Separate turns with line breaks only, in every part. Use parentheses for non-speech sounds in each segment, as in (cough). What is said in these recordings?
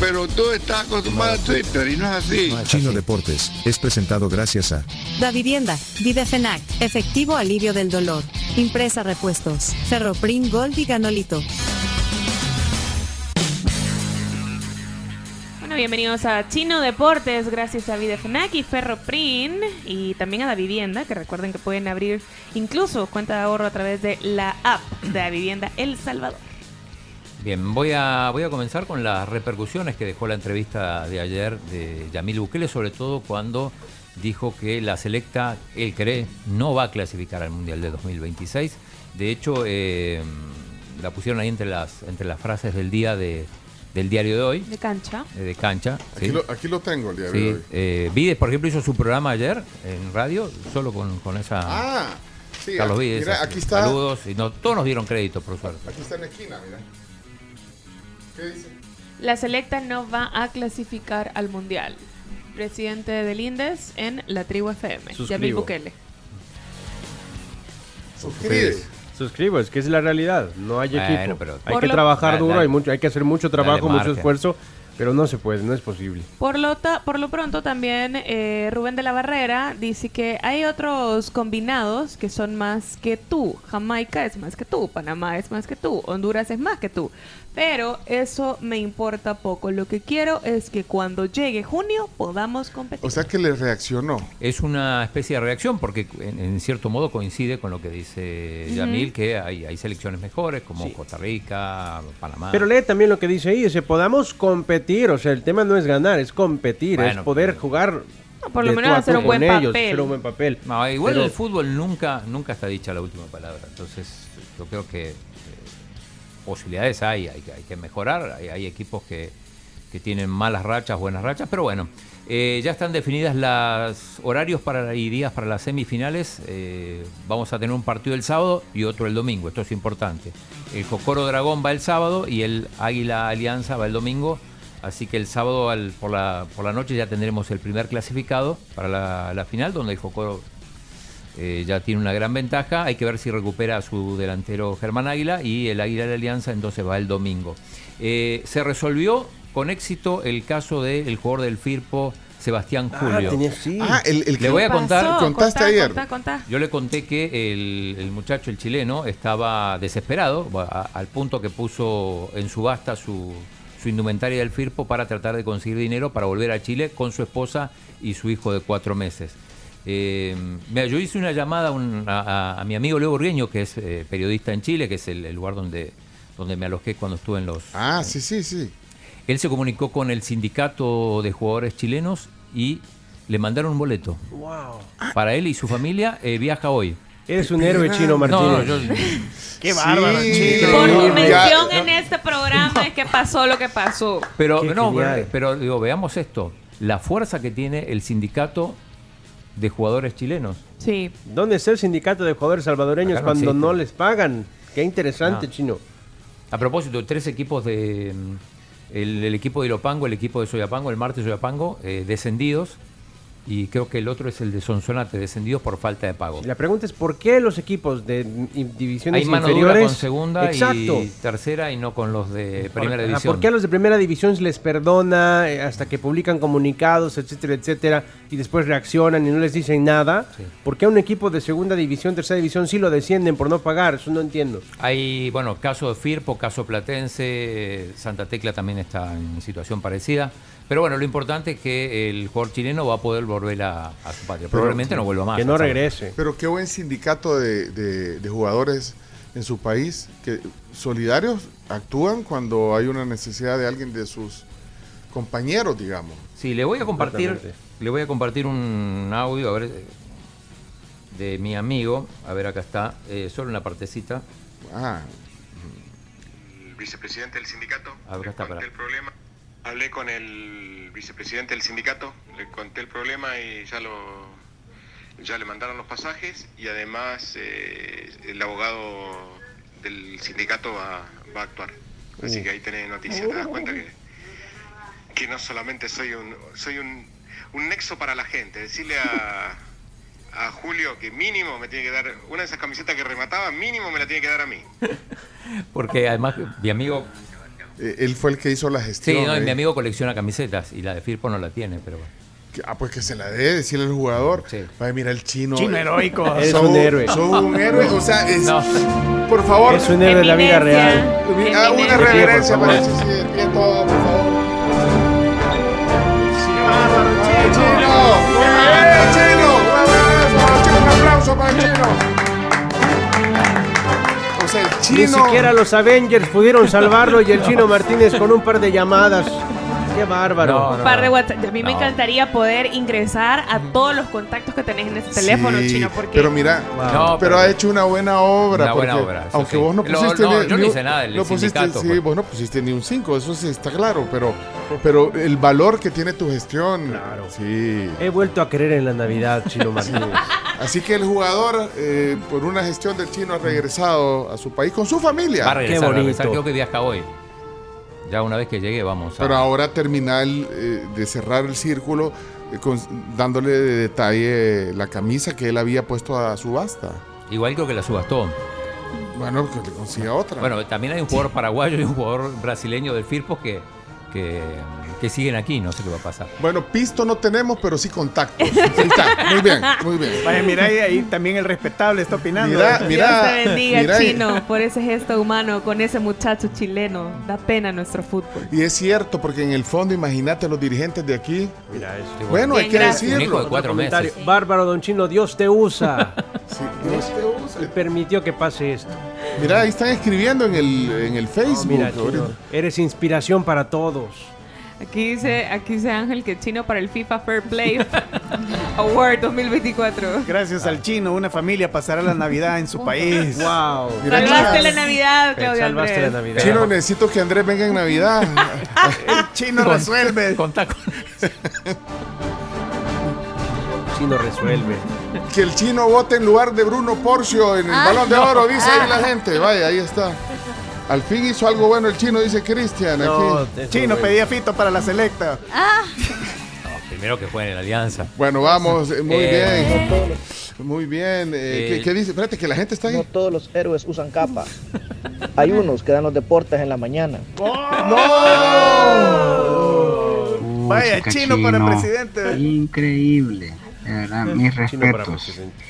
Pero tú estás acostumbrado a Twitter y no es así.
Chino Deportes es presentado gracias a
Da Vivienda, Videfenac, Efectivo Alivio del Dolor, Impresa Repuestos, Ferroprim Gold y Ganolito.
Bueno, bienvenidos a Chino Deportes, gracias a Videfenac y Ferroprin y también a la vivienda, que recuerden que pueden abrir incluso cuenta de ahorro a través de la app de la vivienda El Salvador.
Bien, voy a, voy a comenzar con las repercusiones que dejó la entrevista de ayer de Yamil Bukele, sobre todo cuando dijo que la selecta, él cree, no va a clasificar al Mundial de 2026. De hecho, eh, la pusieron ahí entre las, entre las frases del día de, del diario de hoy,
De cancha.
eh, de cancha.
Aquí,
¿sí?
lo, aquí lo tengo el día de
Sí,
hoy.
eh, Vides, por ejemplo, hizo su programa ayer en radio, solo con, con esa...
ah, sí.
Carlos
aquí-
Vides.
mira,
así.
aquí está.
Saludos. Y no, todos nos dieron crédito, por suerte.
Aquí está en la esquina, mira. ¿Qué dice?
La selecta no va a clasificar al Mundial. Presidente del INDES en la tribu FM. Yamil
Suscribo.
Bukele.
Suscribe.
Suscribo, es que es la realidad. No hay
Bueno,
equipo.
pero-
hay
Por
que
lo-
trabajar
Dale,
duro,
dale.
hay mucho, hay que hacer mucho trabajo,
marca.
mucho esfuerzo, pero no se puede, no es posible.
Por lo, ta- por lo pronto también eh, Rubén de la Barrera dice que hay otros combinados que son más que tú. Jamaica es más que tú, Panamá es más que tú, Honduras es más que tú. Pero eso me importa poco. Lo que quiero es que cuando llegue junio podamos competir.
O sea que le reaccionó.
Es una especie de reacción porque en, en cierto modo coincide con lo que dice
Ujú.
Yamil, que hay, hay selecciones mejores como Costa Rica, Panamá.
Pero lee también lo que dice ahí, dice, podamos competir, o sea, el tema no es ganar, es competir,
Bueno,
es poder
pero-
jugar
No, por lo
de
menos
tú a
hacer
tú
un buen
con ellos,
papel.
hacer un buen papel.
No, igual
Pero-
en el fútbol nunca, nunca está dicha la última palabra. Entonces yo creo que eh, posibilidades hay, hay, que- hay que mejorar. Hay, hay equipos que, que tienen malas rachas, buenas rachas, pero bueno. eh, ya están definidas las horarios para, y días para las semifinales. eh, vamos a tener un partido el sábado y otro el domingo. Esto es importante. El Jocoro Dragón va el sábado y el Águila Alianza va el domingo. Así que el sábado al- por, la, por la noche ya tendremos el primer clasificado para la, la final, donde el Jocoro eh, ya tiene una gran ventaja. Hay que ver si recupera a su delantero Germán Águila y el Águila de Alianza entonces va el domingo. Eh, se resolvió con éxito el caso del jugador del Firpo, Sebastián
Ah,
Julio.
tenía- sí.
Ah, el, el
Le voy a
Pasó,
contar-
Contaste
contá,
ayer.
contá, contá.
Yo le conté que el, el muchacho, el chileno, estaba desesperado a- al punto que puso en subasta su, su indumentaria del Firpo para tratar de conseguir dinero para volver a Chile con su esposa y su hijo de cuatro meses. Eh, mira, yo hice una llamada a, un- a- a- a mi amigo Leo Burgueño, que es eh, periodista en Chile, que es el, el lugar donde, donde me alojé cuando estuve en los,
Ah, sí, sí, sí.
él se comunicó con el sindicato de jugadores chilenos y le mandaron un boleto. Para él y su familia eh, viaja hoy.
Eres un héroe chino, Martínez.
No, no, yo-
(laughs)
Qué bárbaro,
chico.
Por
No,
mi
ya,
mención en este programa es que pasó lo que pasó.
pero
Qué
no,
genial.
pero, pero, digo, veamos esto, la fuerza que tiene el sindicato de jugadores chilenos.
Sí.
¿Dónde está el sindicato de jugadores salvadoreños
Acá no
cuando
existe.
no les pagan? Qué interesante,
No.
chino.
A propósito, tres equipos de mm, el, el equipo de Ilopango, el equipo de Soyapango, el martes Soyapango, eh, descendidos y creo que el otro es el de Sonsonate, descendidos por falta de pago.
La pregunta es por qué los equipos de i- divisiones
Hay mano
inferiores
dura con segunda
Exacto.
y tercera y no con los de
Por-
primera
ah,
división.
¿Por qué a los de primera división se les perdona eh, hasta que publican comunicados, etcétera, etcétera, y después reaccionan y no les dicen nada?
Sí.
¿Por qué a un equipo de segunda división, tercera división sí lo descienden por no pagar? Eso no entiendo.
Hay, bueno, caso de Firpo, caso Platense, eh, Santa Tecla también está en situación parecida. Pero bueno, lo importante es que el jugador chileno va a poder volver a, a su patria. Probablemente no vuelva más.
que no
¿sabes?
regrese.
Pero qué buen sindicato de, de- de jugadores en su país que solidarios actúan cuando hay una necesidad de alguien de sus compañeros, digamos.
Sí, le voy a compartir,
Completamente.
le voy a compartir un audio a ver, eh, de mi amigo. A ver, acá está. eh, solo una partecita.
Ah,
El vicepresidente del sindicato,
A ver,
le
está,
conté
espera.
el problema. Hablé con el vicepresidente del sindicato, le conté el problema y ya lo ya le mandaron los pasajes y además eh, el abogado del sindicato va, va a actuar. Así que ahí tenés noticias, te das cuenta que, que no solamente soy un soy un, un nexo para la gente. Decirle a, a Julio que mínimo me tiene que dar, una de esas camisetas que remataba, mínimo me la tiene que dar a mí.
Porque además mi amigo
Eh, él fue el que hizo la
Sí,
gestión. ¿eh?
no, y
ahí.
mi amigo colecciona camisetas y la de Firpo no la tiene, pero bueno.
Que- Ah, pues que se la dé, decirle al jugador.
Sí.
Ay, mira el chino.
Chino
eh,
heroico.
Eres
sos
un héroe.
sos un héroe. O sea, es-
No.
por favor,
Es un héroe de la vida
Eminencia.
real.
Ah, una
Eminencia.
re-
reverencia
por favor.
para el chino, sí, de pie todo, por favor. ¡Chino! ¡Muy bien, chino! ¡Un aplauso para el chino! O sea, el
Ni
chino.
siquiera los Avengers pudieron salvarlo y el chino Martínez con un par de llamadas. Qué bárbaro.
No,
Ah.
no.
par de WhatsApp. A mí me
No.
encantaría poder ingresar a todos los contactos que tenés en ese teléfono,
Sí,
chino, porque
Pero mira,
No,
pero ha hecho una buena obra.
Una buena
porque
obra, eso
Aunque
sí.
vos no
Lo-
pusiste.
no,
ni-
yo no
ni-
hice nada, el
no pusiste,
sindicato pues.
sí,
fue.
vos no pusiste ni un 5, eso sí está claro, pero, pero el valor que tiene tu gestión. Claro. Sí.
He vuelto a creer en la Navidad, (laughs) chino Martínez.
Así que el jugador, eh, por una gestión del chino, ha regresado a su país con su familia.
Va a regresar, va a regresar.
bonito.
Creo que viaja hoy. Ya una vez que llegue, vamos a.
Pero ahora terminar eh, de cerrar el círculo eh, con- dándole de detalle la camisa que él había puesto a subasta.
Igual creo que la subastó.
Bueno, que le consiga otra.
Bueno, también hay un jugador paraguayo y un jugador brasileño del Firpo que, que, que siguen aquí, no sé qué va a pasar.
Bueno, pisto no tenemos, pero sí contactos. Ahí está. Muy bien, muy bien.
Vaya, Eh, mira, ahí, ahí también el respetable está opinando.
Mira,
Dios
mira,
te bendiga,
mira, y-
chino, por ese gesto humano con ese muchacho chileno. Da pena nuestro fútbol.
Y es cierto, porque en el fondo, imagínate los dirigentes de aquí.
Mira eso.
Sí,
Bueno, hay
Bien,
que
gracias.
un hijo de
decirlo.
cuatro meses.
Bárbaro, don chino, Dios te usa.
Sí, Dios te
Y
use.
permitió que pase esto.
Mira, ahí están escribiendo en el, en el
No,
Facebook.
mira,
ahorita.
chino, eres inspiración para todos.
Aquí dice, aquí dice Ángel que chino para el FIFA Fair Play Award 2024.
Gracias al chino, una familia pasará la Navidad en su país.
Wow.
Mira,
Salvaste
chicas.
la Navidad, Claudia
Eh, Salvaste la
Andrés.
Navidad.
Chino, necesito que Andrés venga
(laughs)
en Navidad.
El (laughs) chino resuelve.
(laughs)
Contá con-
Chino resuelve.
que el chino vote en lugar de Bruno Porcio en el Balón de Oro, dice ahí la gente. Vaya, ahí está. Al fin hizo algo bueno el chino, dice Cristian.
No,
aquí.
eso,
Chino
güey.
pedía fito para la selecta.
No, primero que jueguen en la Alianza.
Bueno, vamos, eh, muy
Eh.
bien. Muy bien. eh,
Eh.
¿qué, qué dice? Espérate, que la gente está ahí.
todos los héroes usan capa. Hay unos que dan los deportes en la mañana.
Vaya, chino, para presidente.
Increíble. De verdad, mis
Chino para
respetos.
presidente.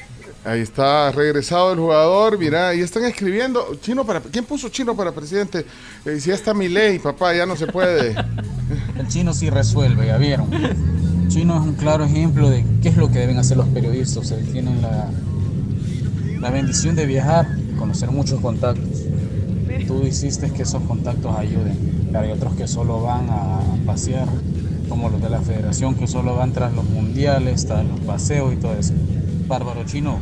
Ahí está, regresado el jugador, mira, y están escribiendo, chino para, ¿quién puso chino para presidente? Eh, si ya está mi ley, papá, ya no
(laughs)
se puede.
El chino sí resuelve, ya vieron. El chino es un claro ejemplo de qué es lo que deben hacer los periodistas. Ustedes tienen la, la bendición de viajar, conocer muchos contactos. Tú hiciste que esos contactos ayuden. Claro, hay otros que solo van a pasear, como los de la federación, que solo van tras los mundiales, tras los paseos y todo eso. Bárbaro chino,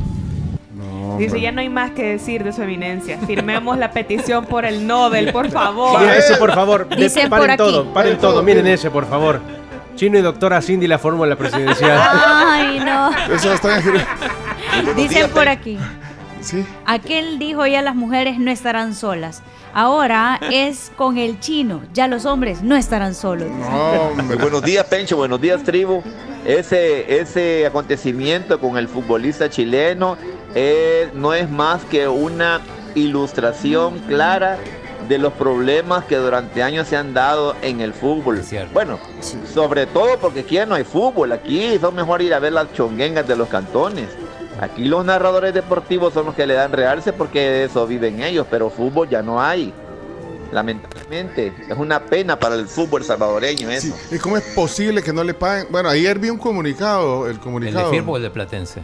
Dice, ya no hay más que decir de su eminencia. Firmemos la petición por el Nobel,
(laughs)
por favor.
Mira eso, por favor.
Dicen
De-
por
paren
aquí.
todo, paren
Paren todo,
todo. Miren
miren.
ese, por favor. Chino y doctora Cindy, la fórmula
(laughs)
presidencial.
Ay, no.
Eso están escribiendo.
Dicen por aquí.
Sí,
Aquel dijo ya las mujeres no estarán solas. Ahora es con el chino, ya los hombres no estarán solos.
no, hombre.
buenos días, Pencho. Buenos días, tribu. Ese, ese acontecimiento con el futbolista chileno eh, no es más que una ilustración clara de los problemas que durante años se han dado en el fútbol.
Es cierto.
Bueno,
Sí.
sobre todo porque aquí ya no hay fútbol, aquí son mejor ir a ver las chonguengas de los cantones. Aquí los narradores deportivos son los que le dan realce porque de eso viven ellos, pero fútbol ya no hay. Lamentablemente, es una pena para el fútbol salvadoreño eso.
Sí, ¿Y cómo es posible que no le paguen? Bueno, ayer vi un comunicado, el
¿El de
comunicado.
Firpo o el de Platense?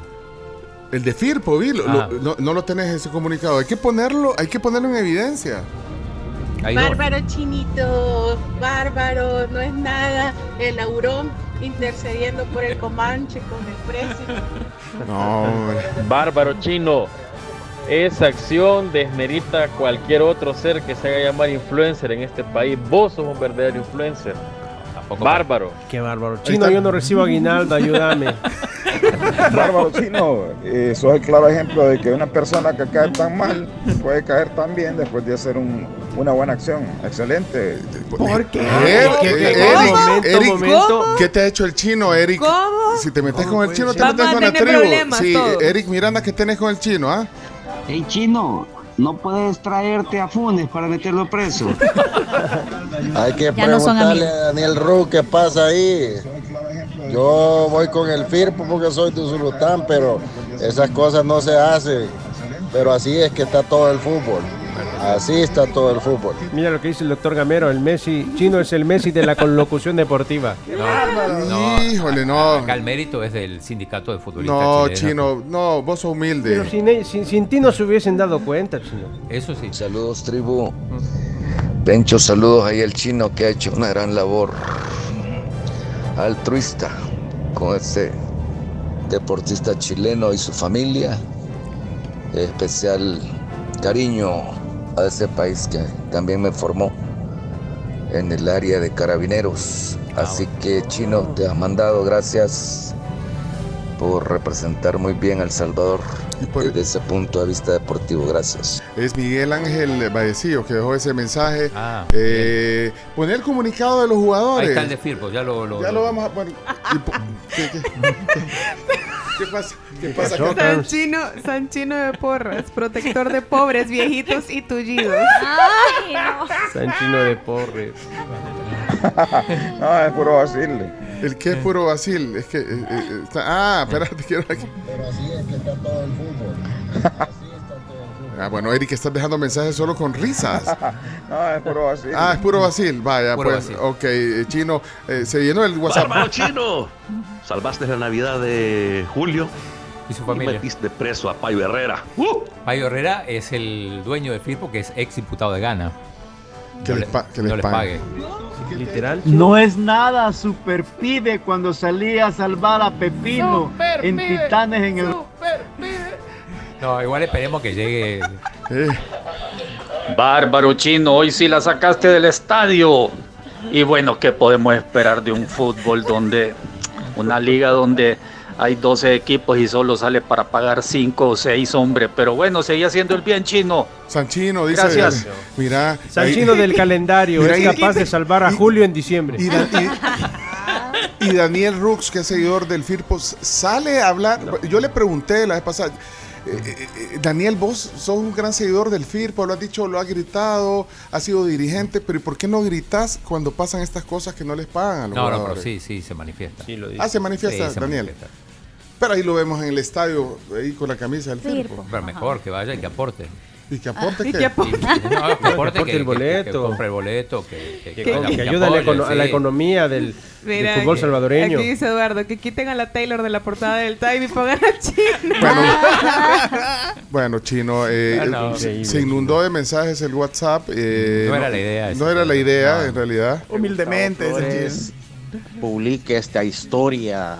El de Firpo, vi, lo- lo-
Ah.
no, no lo tenés ese comunicado. Hay que ponerlo, hay que ponerlo en evidencia.
Hay dos.
chinito, bárbaro, no es nada. El aurón intercediendo por el Comanche con el precio.
No, hombre.
Bárbaro chino. Esa acción desmerita a cualquier otro ser que se haga llamar influencer en este país. Vos sos un verdadero influencer.
Bárbaro.
Qué bárbaro. Chino, yo no recibo aguinaldo, ayúdame.
Bárbaro chino, eh, sos el claro ejemplo de que una persona que cae tan mal puede caer tan bien después de hacer un- una buena acción. Excelente.
¿Por qué?
¿Qué- qué-
Eric,
momento,
Eric,
momento.
¿qué te ha hecho el chino, Eric?
¿Cómo?
Si te metes con el chino, te
Vamos
metes
a
con la
tener
tribu.
problemas
Sí,
todos.
Eric Miranda, ¿qué tenés con el chino, ah?
Hey, chino, no puedes traerte a Funes para meterlo preso.
Hay que
Ya no son
preguntarle
amigos.
a Daniel Ru qué pasa ahí. Yo voy con el FIRPO porque soy de Usulután, pero esas cosas no se hacen. Pero así es que está todo el fútbol. Así está todo el fútbol.
Mira lo que dice el doctor Gamero, el Messi, Chino es el Messi de la conlocución deportiva.
No,
Híjole, no.
Acá el mérito es del sindicato de futbolistas.
No,
chilenos.
chino, no, vos
Pero
sos humilde.
sin, e- sin- sin ti no se hubiesen dado cuenta, Chino.
Eso sí.
Saludos, tribu. Pencho, saludos ahí el chino que ha hecho una gran labor altruista con este deportista chileno y su familia. Especial cariño a ese país que también me formó en el área de carabineros.
Ah,
Así que chino, te has mandado gracias por representar muy bien a El Salvador desde ese punto de vista deportivo. Gracias.
Es Miguel Ángel Vallecillo que dejó ese mensaje. Eh, poner el comunicado de los jugadores.
Ah, Ahí está el de Firpo, ya lo, lo-
Ya lo
lo-
vamos a poner. Y po- ¿Qué, qué- qué pasa? ¿Qué pasa? acá?
San chino, San Chino de porras, protector de pobres, viejitos y tullidos.
San Chino de Porres.
no, es puro vacil. ¿El qué es puro vacil? Es que. eh, eh, está- ah, espérate, quiero aquí.
Pero así es que está todo el
(laughs)
fútbol.
Ah, bueno, Eric, estás dejando mensajes solo con
(laughs)
risas.
No, es puro vacil.
Ah, es puro vacil. Vaya,
Puro
pues.
vacil.
Ok, eh, chino. eh, se llenó el WhatsApp.
¡Bárbaro Ah, chino! Salvaste la Navidad de Julio.
Y su familia.
metiste preso a Payo Herrera. ¡Uh!
Payo Herrera es el dueño de Firpo, que es ex diputado de Ghana.
Que
no
les pa- que les
no les
pague.
pague.
Literal.
No es nada, super pibe, cuando salía a salvar a Pepino
Super
en
pibe,
Titanes en el...
No, igual esperemos que llegue.
Bárbaro chino, hoy sí la sacaste del estadio. Y bueno, ¿qué podemos esperar de un fútbol donde una liga donde hay 12 equipos y solo sale para pagar 5 o 6 hombres? Pero bueno, seguía haciendo el bien chino.
San Chino dice.
Gracias.
Mira.
San
ahí-
Chino del calendario
Mira,
es
y-
capaz de salvar a Julio en diciembre.
Y, Da- y- y Daniel Rux, que es seguidor del Firpo, sale a hablar. Yo le pregunté la vez pasada. eh, eh, eh, Daniel, vos sos un gran seguidor del Firpo, lo has dicho, lo has gritado, has sido dirigente, pero ¿y por qué no gritas cuando pasan estas cosas que no les pagan a los
No, no, pero
jugadores?
sí, sí, se manifiesta.
Ah, se manifiesta,
Sí, se
Daniel.
manifiesta.
Pero ahí lo vemos en el estadio, ahí con la camisa del Firpo.
Pero mejor que vaya y
(laughs)
que aporte.
Y que aporte
Y
que-
que aporte. No, que
Que aporte
aporte
el
que- que- que
boleto.
compre el boleto, que, que-
Que,
que-
que
que
ayuda a la,
apoye,
econo- a la
sí.
economía (laughs) del, del
Mira,
fútbol
aquí-
salvadoreño.
Aquí dice Eduardo que quiten a la Taylor de la portada del Time y pongan a Chino.
Bueno, chino, eh,
Ah, no.
se, se inundó de mensajes el WhatsApp. eh,
No era la idea
No
esa.
era la idea, en realidad.
Humildemente, ese
Flores publique esta historia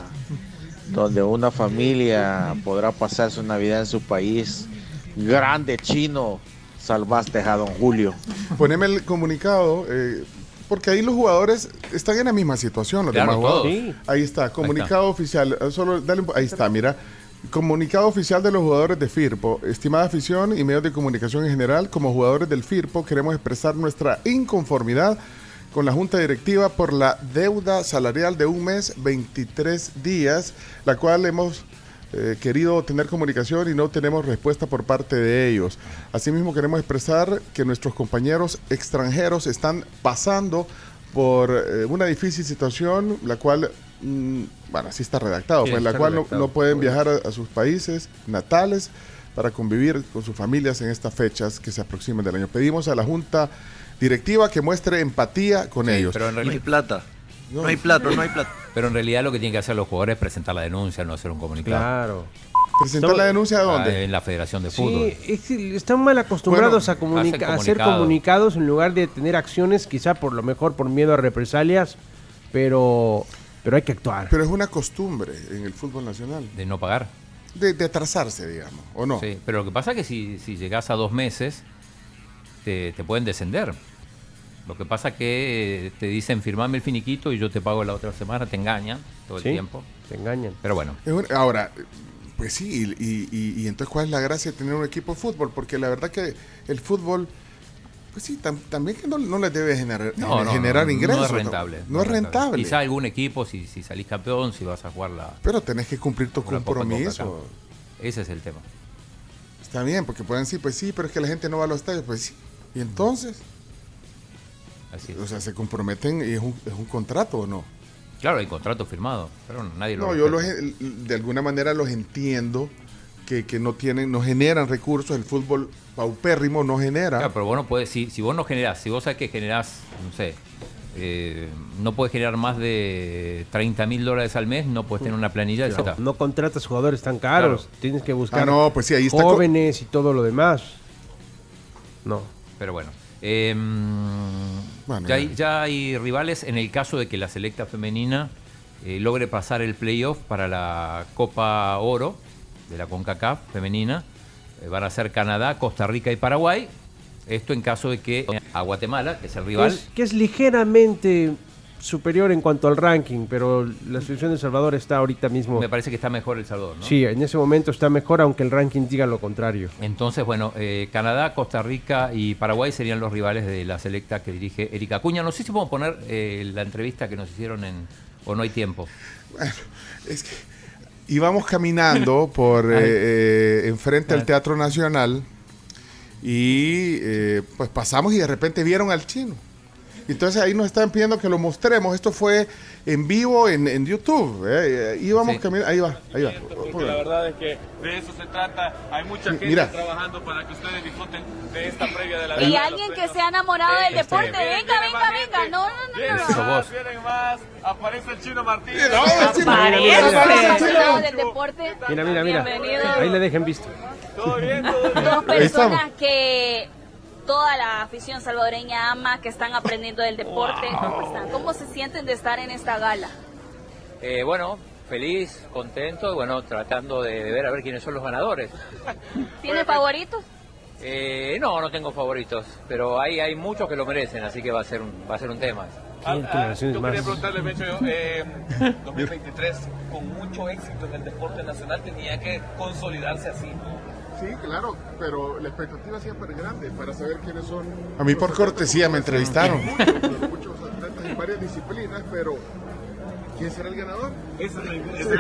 donde una familia podrá pasar su Navidad en su país. Grande chino, salvaste a don Julio.
Poneme el comunicado, eh, porque ahí los jugadores están en la misma situación, los
Claro,
demás jugadores.
todos. Sí.
Ahí está, comunicado oficial. eh, Solo dale un po- ahí está, mira. Comunicado oficial de los jugadores de FIRPO. Estimada afición y medios de comunicación en general, como jugadores del FIRPO queremos expresar nuestra inconformidad con la Junta Directiva por la deuda salarial de un mes, 23 días, la cual hemos eh, querido tener comunicación y no tenemos respuesta por parte de ellos. Asimismo, queremos expresar que nuestros compañeros extranjeros están pasando por eh, una difícil situación, la cual, mm, bueno, así está redactado,
Sí,
pues, la
está
cual no-
redactado,
no, pueden
obvio.
viajar a, a sus países natales para convivir con sus familias en estas fechas que se aproximan del año. Pedimos a la Junta Directiva que muestre empatía con ellos.
Pero en realidad,
plata.
No hay plata, no hay plata.
Pero en realidad lo que tienen que hacer los jugadores es presentar la denuncia, no hacer un comunicado.
Claro.
¿Presentar la denuncia de dónde?
Ah, en la Federación de Fútbol.
Sí, es que están mal acostumbrados a,
Bueno,
comunica-
hacen
a hacer
comunicados.
comunicados en lugar de tener acciones, quizá por lo mejor por miedo a represalias, pero, pero hay que actuar.
Pero es una costumbre en el fútbol nacional.
De no pagar.
De, de atrasarse, digamos, ¿o no?
Sí, pero lo que pasa es que si, si llegas a dos meses, te, te pueden descender. Lo que pasa que eh, te dicen firmame el finiquito y yo te pago la otra semana, te engañan todo
Sí,
el tiempo.
Te engañan.
Pero bueno.
Es un- Ahora, pues sí, y, y- y- y entonces cuál es la gracia de tener un equipo de fútbol, porque la verdad que el fútbol, pues sí, tam- también que no, no les debe generar, gener- generar ingresos.
No es rentable.
No, es rentable.
Quizá algún equipo, si, si salís campeón, si vas a jugar la.
Pero tenés que cumplir tus
una Copa
compromisos.
Concacaf. Ese es el tema.
Está bien, porque pueden decir, pues sí, pero es que la gente no va a los estadios, pues sí. Y entonces,
Así es.
o sea, se comprometen y es un, es un contrato o no.
Claro, hay contrato firmado, pero nadie lo
No, yo los,
respeta.
de alguna manera los entiendo que, que no tienen, no generan recursos, el fútbol paupérrimo no
Ah.
genera.
Claro, pero vos no puedes, si, si vos no generás, si vos sabes que generás, no sé, eh, no puedes generar más de 30 mil dólares al mes, no puedes tener una planilla de
No, no contratas jugadores tan caros. Tienes que buscar
Ah, no, pues sí, ahí está co-
jóvenes y todo lo demás. No.
Pero bueno. eh, ya, hay, ya hay rivales en el caso de que la selecta femenina eh, logre pasar el playoff para la Copa Oro de la CONCACAF femenina. Eh, van a ser Canadá, Costa Rica y Paraguay. Esto en caso de que a Guatemala, que es el rival,
Que es, que es ligeramente superior en cuanto al ranking, pero la selección de El Salvador está ahorita mismo.
me parece que está mejor El Salvador, ¿no?
Sí, en ese momento está mejor, aunque el ranking diga lo contrario.
Entonces, bueno, eh, Canadá, Costa Rica y Paraguay serían los rivales de la selecta que dirige Erika Acuña. No sé si podemos poner eh, la entrevista que nos hicieron en... o no hay tiempo.
íbamos
(laughs)
caminando por eh,
pues. Ay.
eh, enfrente al Teatro Nacional y eh, pues pasamos y de repente vieron al chino. Entonces ahí nos están pidiendo que lo mostremos. Esto fue en vivo en, en YouTube. eh. Eh, Íbamos caminando. Ahí va, ahí va.
porque la verdad es que de eso se trata. Hay mucha gente
Mira.
trabajando para que ustedes disfruten de esta previa de la
Y
Gala de los
alguien que
Premios.
se ha enamorado del
Este,
deporte.
viene-
Venga,
viene
venga,
más
venga.
gente.
No, no, no,
Vienen
no.
Eso, vos.
más, vienen más. Aparece el chino Martínez.
Aparece.
Aparece el
Enamorado
chino.
del deporte.
Mira, mira, mira.
Bienvenido.
Ahí le dejen visto.
Dos
Ahí estamos.
personas que toda la afición salvadoreña ama, que están aprendiendo del deporte. ¿Cómo están? ¿Cómo se sienten de estar en esta gala?
Eh, bueno, feliz, contento, y bueno, tratando de, de ver a ver quiénes son los ganadores.
¿Tiene favoritos?
Eh, no, no tengo favoritos, pero hay, hay muchos que lo merecen, así que va a ser un, va a ser un tema.
Tienen generaciones
Yo
más.
quería preguntarle, Mecho, eh, 2023, con mucho éxito en el deporte nacional, tenía que consolidarse así.
Sí, claro, pero la expectativa siempre es grande para saber quiénes son.
A mí
por cortesía me entrevistaron.
Muchos atletas en varias disciplinas, pero ¿quién será el ganador?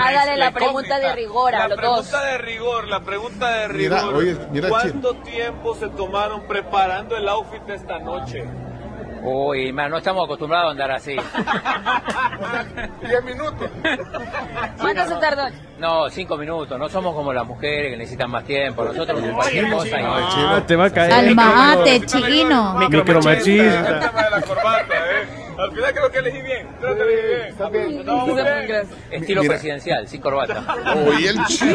Hágale Ah, la pregunta de rigor a
La
los dos.
pregunta de rigor, la pregunta de rigor.
Mira, oye, mira,
¿Cuánto tiempo se tomaron preparando el outfit de esta noche?
Uy, man, no estamos acostumbrados a andar así.
10 minutos.
¿Cuánto se tardó?
No, cinco minutos, no somos como las mujeres que necesitan más tiempo, nosotros cualquier cosa.
Ah, te va a caer.
ah,
Almagate, chiquino.
Micromachista.
¿eh? Al final creo que elegí bien. Creo que elegí bien. No, muy bien.
Estilo presidencial, sin corbata.
Oye, el chino.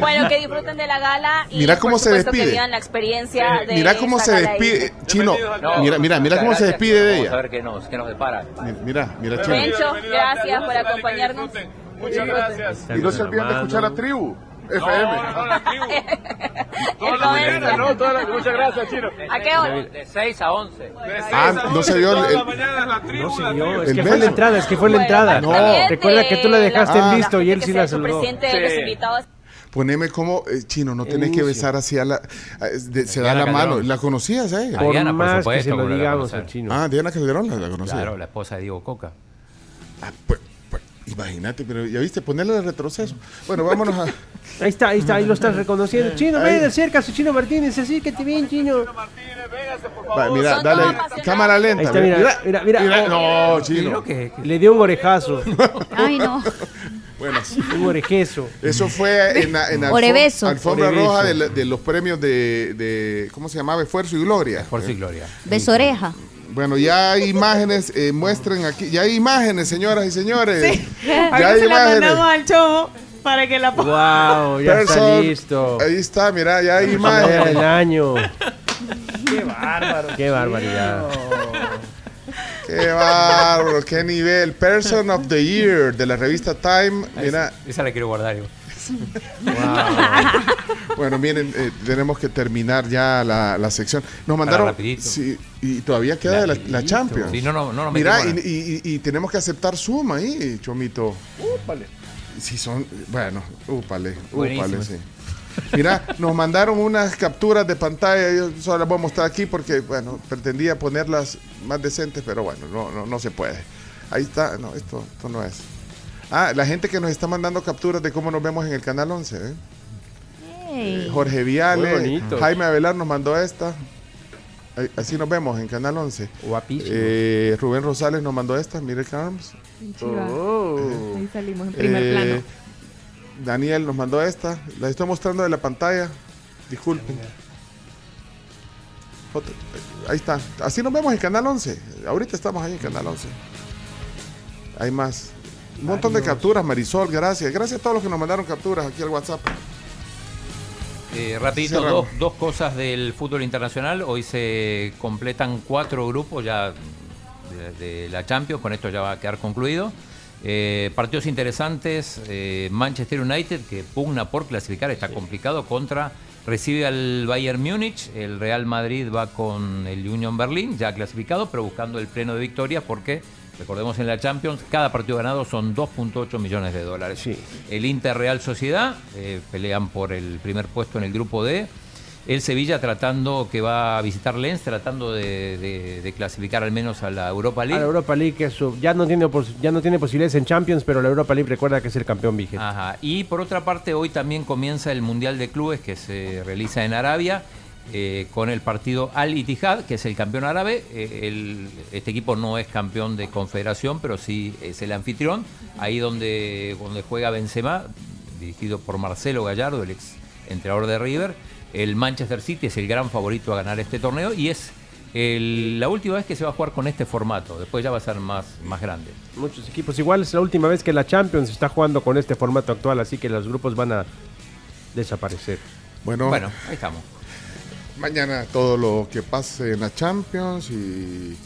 Bueno, que disfruten de la gala y
Mira cómo
por
se
supuesto,
despide.
que vivan la experiencia de
Mira cómo se
esta gala ahí.
despide. Chino, mira, mira, mira cómo se despide de ella.
A ver qué nos, qué nos depara.
Mira, mira, chino.
Bencho, gracias por acompañarnos.
Muchas gracias.
Y no se olviden de escuchar la tribu. FM.
Toda la mañana, ¿no? Toda la- Muchas gracias, Chino.
¿A qué hora?
De 6 a 11.
Ah, no se vio el- el-
No se vio, es
El
que fue la
beso.
entrada, es que fue la
Bueno,
entrada.
está bien,
Oh, Recuerda que tú la dejaste
Ah.
en visto y él sí la
su
saludó.
presidente de los invitados.
Poneme como eh, chino, no tenés que
Inicio.
besar así a la. a- es de- se da la
Diana
mano.
Calderón.
¿La conocías a ella?
A Por Diana, por más que supuesto, se lo ¿cómo la digamos
conocer? al chino.
Ah, Diana Calderón la, la conocía.
Claro, la esposa de Diego Coca.
Ah, pues, Imagínate, pero ya viste, ponerle el retroceso. Bueno, vámonos a.
Ahí está, ahí está, ahí lo estás reconociendo. Chino,
Ahí.
ven, acércate, Chino Martínez, acércate bien, Chino.
(laughs) Va, mira, dale. Cámara lenta.
Ahí está,
mira,
mira, mira, mira.
mira, no, chino.
Le dio un orejazo.
Ay, no.
Buenas.
Un orejezo.
Eso fue en la en la
Orebeso.
alfom- alfombra
Orebeso.
roja de, la- de los premios de, de- ¿Cómo se llamaba? Esfuerzo y Gloria.
Esfuerzo y Gloria.
Besoreja.
Bueno, ya hay imágenes, eh, muestren aquí. Ya hay imágenes, señoras y señores.
Ahorita
Ya hay
se la
imágenes.
mandamos al show para que la ponga.
Wow, ya está
Person.
listo.
Ahí está, mira, ya hay
Mujer del
imágenes.
año.
Qué bárbaro.
Qué barbaridad.
Qué bárbaro, qué nivel. Person of the Year de la revista Time. Mira,
Esa la quiero guardar. yo.
Bueno, miren, eh, tenemos que terminar ya la, la sección. Nos mandaron. Sí, y todavía queda la, la Champions.
Sí, no, no, no, no
Mira, y,
metemos
y- y- y tenemos que aceptar suma ahí, Chomito.
Úpale.
Si son. Bueno, úpale, úpale,
Buenísimo.
sí. Mira, nos mandaron unas capturas de pantalla, yo solo las voy a mostrar aquí porque, bueno, pretendía ponerlas más decentes, pero bueno, no, no, no se puede. Ahí está, no, esto, esto no es. Ah, la gente que nos está mandando capturas de cómo nos vemos en el Canal 11, ¿eh? Eh, Jorge
Muy
Viales,
bonito.
Jaime Avelar nos mandó esta. Ahí- Así nos vemos en Canal 11.
Guapísimo.
Eh, Rubén Rosales nos mandó esta, mire Carms.
Chiva. Ahí salimos en primer
Oh. Eh,
plano.
Daniel nos mandó esta. La estoy mostrando de la pantalla. Disculpen. Foto- Ahí está. Así nos vemos en Canal 11. Ahorita estamos ahí en Canal 11. Hay más. Un montón de capturas, Marisol. Gracias. Gracias a todos los que nos mandaron capturas aquí al WhatsApp.
Eh, rapidito,
Cerramos.
dos, dos cosas del fútbol internacional. Hoy se completan cuatro grupos ya de, de la Champions. Con esto ya va a quedar concluido. Eh, partidos interesantes. eh, Manchester United, que pugna por clasificar, está complicado contra... Recibe al Bayern Múnich, el Real Madrid va con el Union Berlin, ya clasificado, pero buscando el pleno de victorias porque, recordemos en la Champions, cada partido ganado son 2.8 millones de dólares. El Inter Real Sociedad eh, pelean por el primer puesto en el grupo D. El Sevilla tratando, que va a visitar Lens, tratando de, de- de clasificar al menos a la Europa
A
League.
la Europa League, que su- ya, no tiene, opos- ya no tiene posibilidades en Champions, pero la Europa League recuerda que es el campeón vigente.
Ajá. Y por otra parte, hoy también comienza el Mundial de Clubes que se realiza en Arabia eh, con el partido Al Ittihad, que es el campeón árabe. Eh, el- este equipo no es campeón de confederación, pero sí es el anfitrión. Ahí donde, donde juega Benzema, dirigido por Marcelo Gallardo, el ex entrenador de River. El Manchester City es el gran favorito a ganar este torneo y es el- la última vez que se va a jugar con este formato. Después ya va a ser más, más grande.
Muchos equipos. Igual es la última vez que la Champions está jugando con este formato actual, así que los grupos van a desaparecer.
Bueno.
Bueno, ahí estamos.
Mañana todo lo que pase en la Champions y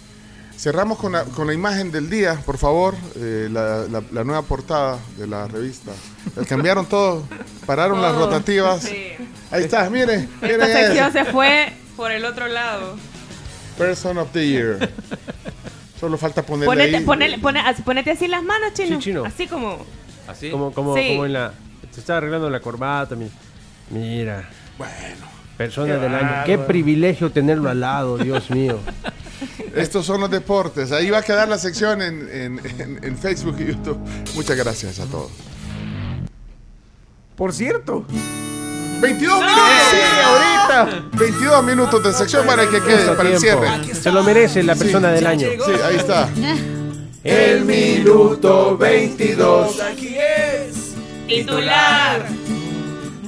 cerramos con la, con la imagen del día, por favor, eh, la, la- la nueva portada de la revista. La cambiaron todo, pararon las
Todo,
rotativas.
Oh. sí.
Ahí está, miren, miren
Esta sección
eso.
se fue por el otro lado.
Person of the Year. Solo falta ponerle
Ponete,
ahí.
ponele- pone- así- ponete así las manos, chino.
Sí, Chino.
Así como.
Así.
Como, como,
Sí.
como en la. Se está arreglando la corbata. mi- mira.
Bueno.
Persona
Qué
del año.
bárbaro.
Qué privilegio tenerlo al lado, Dios mío.
Estos son los deportes. Ahí va a quedar la sección en, en- en- en Facebook y YouTube. Muchas gracias a todos.
Por cierto.
22
¡No!
minutos.
Sí, ahorita.
22 minutos de sección para que quede, (laughs) para el
Tiempo.
cierre.
Se lo merece la persona
Sí,
del año.
Sí, ahí está.
El
minuto 22.
Aquí es
Titular.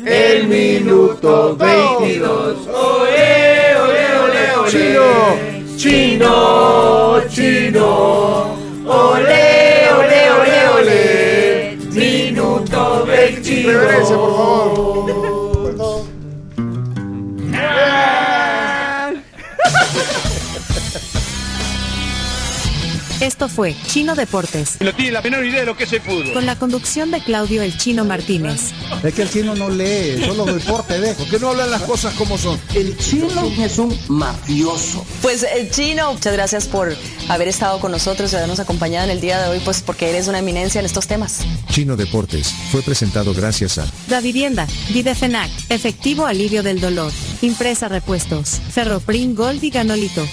el minuto
22.
Ole, ole, ole, ole.
Chino,
chino, chino. Ole, ole, ole, ole. Minuto 22.
Reverencia, por favor.
Esto fue Chino Deportes,
No tiene la menor idea de lo que es el fútbol.
con la conducción de Claudio El Chino Martínez.
Es que el chino no lee, solo deporte ve. ¿Por qué no hablan las cosas como son? El chino es un mafioso.
Pues eh, Chino, muchas gracias por haber estado con nosotros y habernos acompañado en el día de hoy, pues porque eres una eminencia en estos temas.
Chino Deportes fue presentado gracias a
Da Vivienda, Videfenac, Efectivo Alivio del Dolor, Impresa Repuestos, Ferroprim Gold y Ganolito.